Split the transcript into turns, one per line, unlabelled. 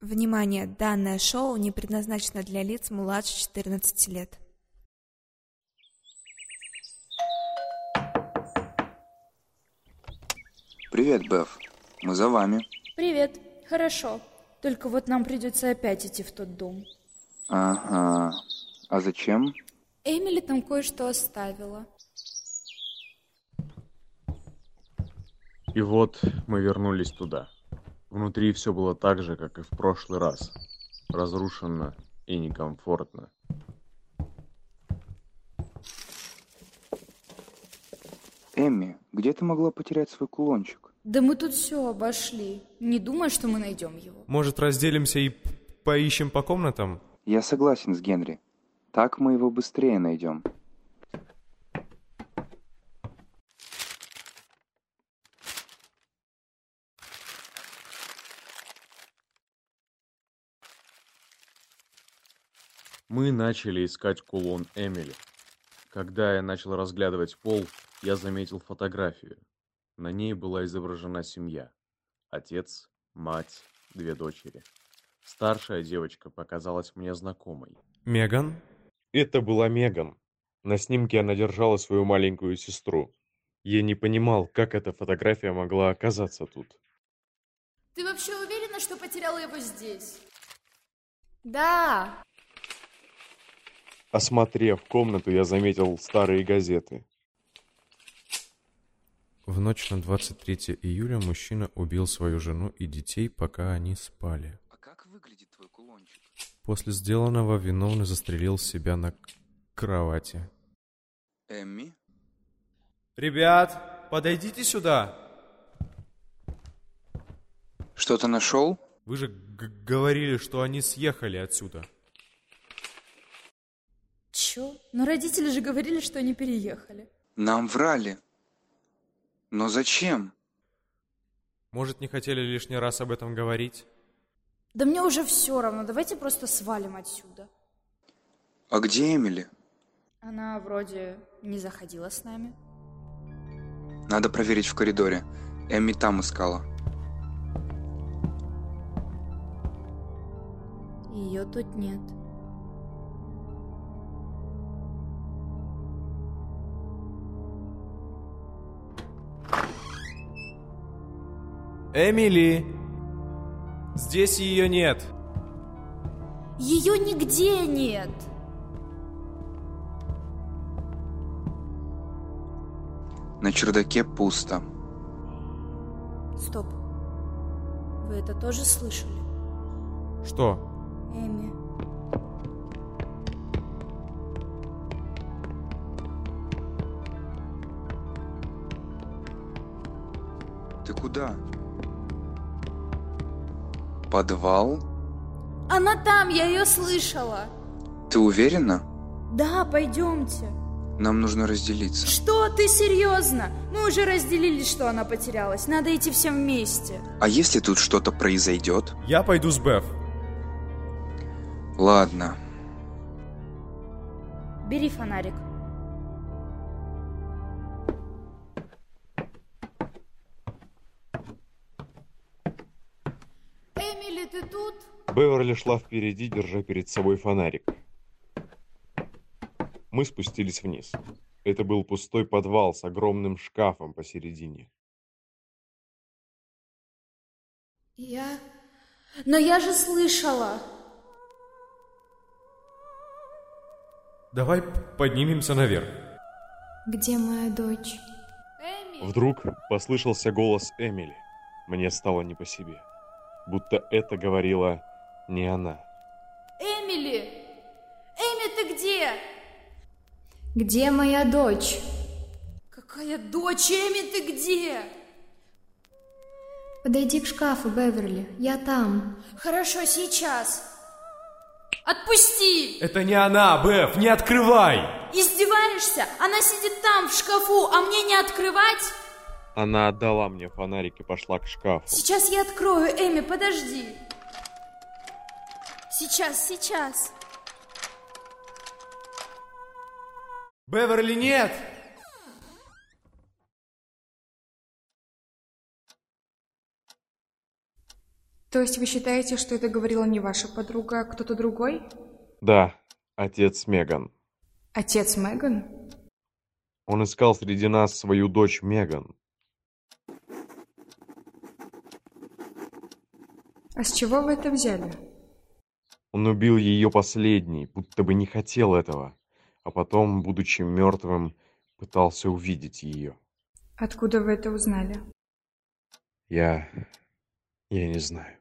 Внимание, данное шоу не предназначено для лиц младше 14 лет.
Привет, Беф. Мы за вами.
Привет. Хорошо. Только вот нам придется опять идти в тот дом.
Ага. А зачем?
Эмили там кое-что оставила.
И вот мы вернулись туда. Внутри все было так же, как и в прошлый раз. Разрушено и некомфортно.
Эмми, где ты могла потерять свой кулончик?
Да мы тут все обошли. Не думай, что мы найдем его.
Может, разделимся и п- поищем по комнатам?
Я согласен с Генри. Так мы его быстрее найдем.
Мы начали искать кулон Эмили. Когда я начал разглядывать пол, я заметил фотографию. На ней была изображена семья. Отец, мать, две дочери. Старшая девочка показалась мне знакомой.
Меган?
Это была Меган. На снимке она держала свою маленькую сестру. Я не понимал, как эта фотография могла оказаться тут.
Ты вообще уверена, что потеряла его здесь? Да.
Осмотрев комнату, я заметил старые газеты.
В ночь на 23 июля мужчина убил свою жену и детей, пока они спали.
А как выглядит твой кулончик?
После сделанного виновный застрелил себя на к- кровати.
Эмми?
Ребят, подойдите сюда.
Что-то нашел?
Вы же г- говорили, что они съехали отсюда.
Че? Но родители же говорили, что они переехали.
Нам врали. Но зачем?
Может, не хотели лишний раз об этом говорить?
Да мне уже все равно. Давайте просто свалим отсюда.
А где Эмили?
Она вроде не заходила с нами.
Надо проверить в коридоре. Эмми там искала.
Ее тут нет.
Эмили! Здесь ее нет.
Ее нигде нет.
На чердаке пусто.
Стоп. Вы это тоже слышали?
Что?
Эми.
Ты куда? Подвал?
Она там, я ее слышала.
Ты уверена?
Да, пойдемте.
Нам нужно разделиться.
Что ты серьезно? Мы уже разделились, что она потерялась. Надо идти всем вместе.
А если тут что-то произойдет?
Я пойду с Беф.
Ладно.
Бери фонарик.
Эмили, ты тут?
Беверли шла впереди, держа перед собой фонарик. Мы спустились вниз. Это был пустой подвал с огромным шкафом посередине.
Я... Но я же слышала.
Давай поднимемся наверх.
Где моя дочь?
Эми,
Вдруг послышался голос Эмили. Мне стало не по себе. Будто это говорила не она.
Эмили! Эми, ты где?
Где моя дочь?
Какая дочь, Эми, ты где?
Подойди к шкафу, Беверли. Я там.
Хорошо, сейчас. Отпусти!
Это не она, Беф, не открывай!
Издеваешься? Она сидит там, в шкафу, а мне не открывать?
Она отдала мне фонарик и пошла к шкафу.
Сейчас я открою, Эми, подожди. Сейчас, сейчас.
Беверли нет!
То есть вы считаете, что это говорила не ваша подруга, а кто-то другой?
Да, отец Меган.
Отец Меган?
Он искал среди нас свою дочь Меган.
А с чего вы это взяли?
Он убил ее последней, будто бы не хотел этого, а потом, будучи мертвым, пытался увидеть ее.
Откуда вы это узнали?
Я... я не знаю.